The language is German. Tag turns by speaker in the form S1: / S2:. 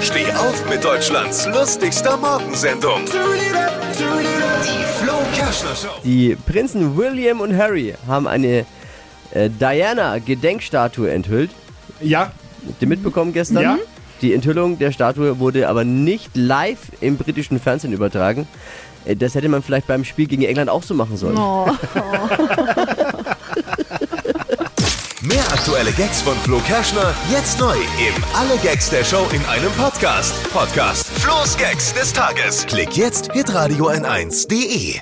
S1: Steh auf mit Deutschlands lustigster Morgensendung. Die Flo Kerschner Show.
S2: Die Prinzen William und Harry haben eine äh, Diana-Gedenkstatue enthüllt.
S3: Ja,
S2: Habt ihr mitbekommen gestern?
S3: Ja.
S2: Die Enthüllung der Statue wurde aber nicht live im britischen Fernsehen übertragen. Äh, Das hätte man vielleicht beim Spiel gegen England auch so machen sollen.
S1: Mehr aktuelle Gags von Flo Kerschner jetzt neu im Alle Gags der Show in einem Podcast. Podcast Flo's Gags des Tages. Klick jetzt hitradio n1.de.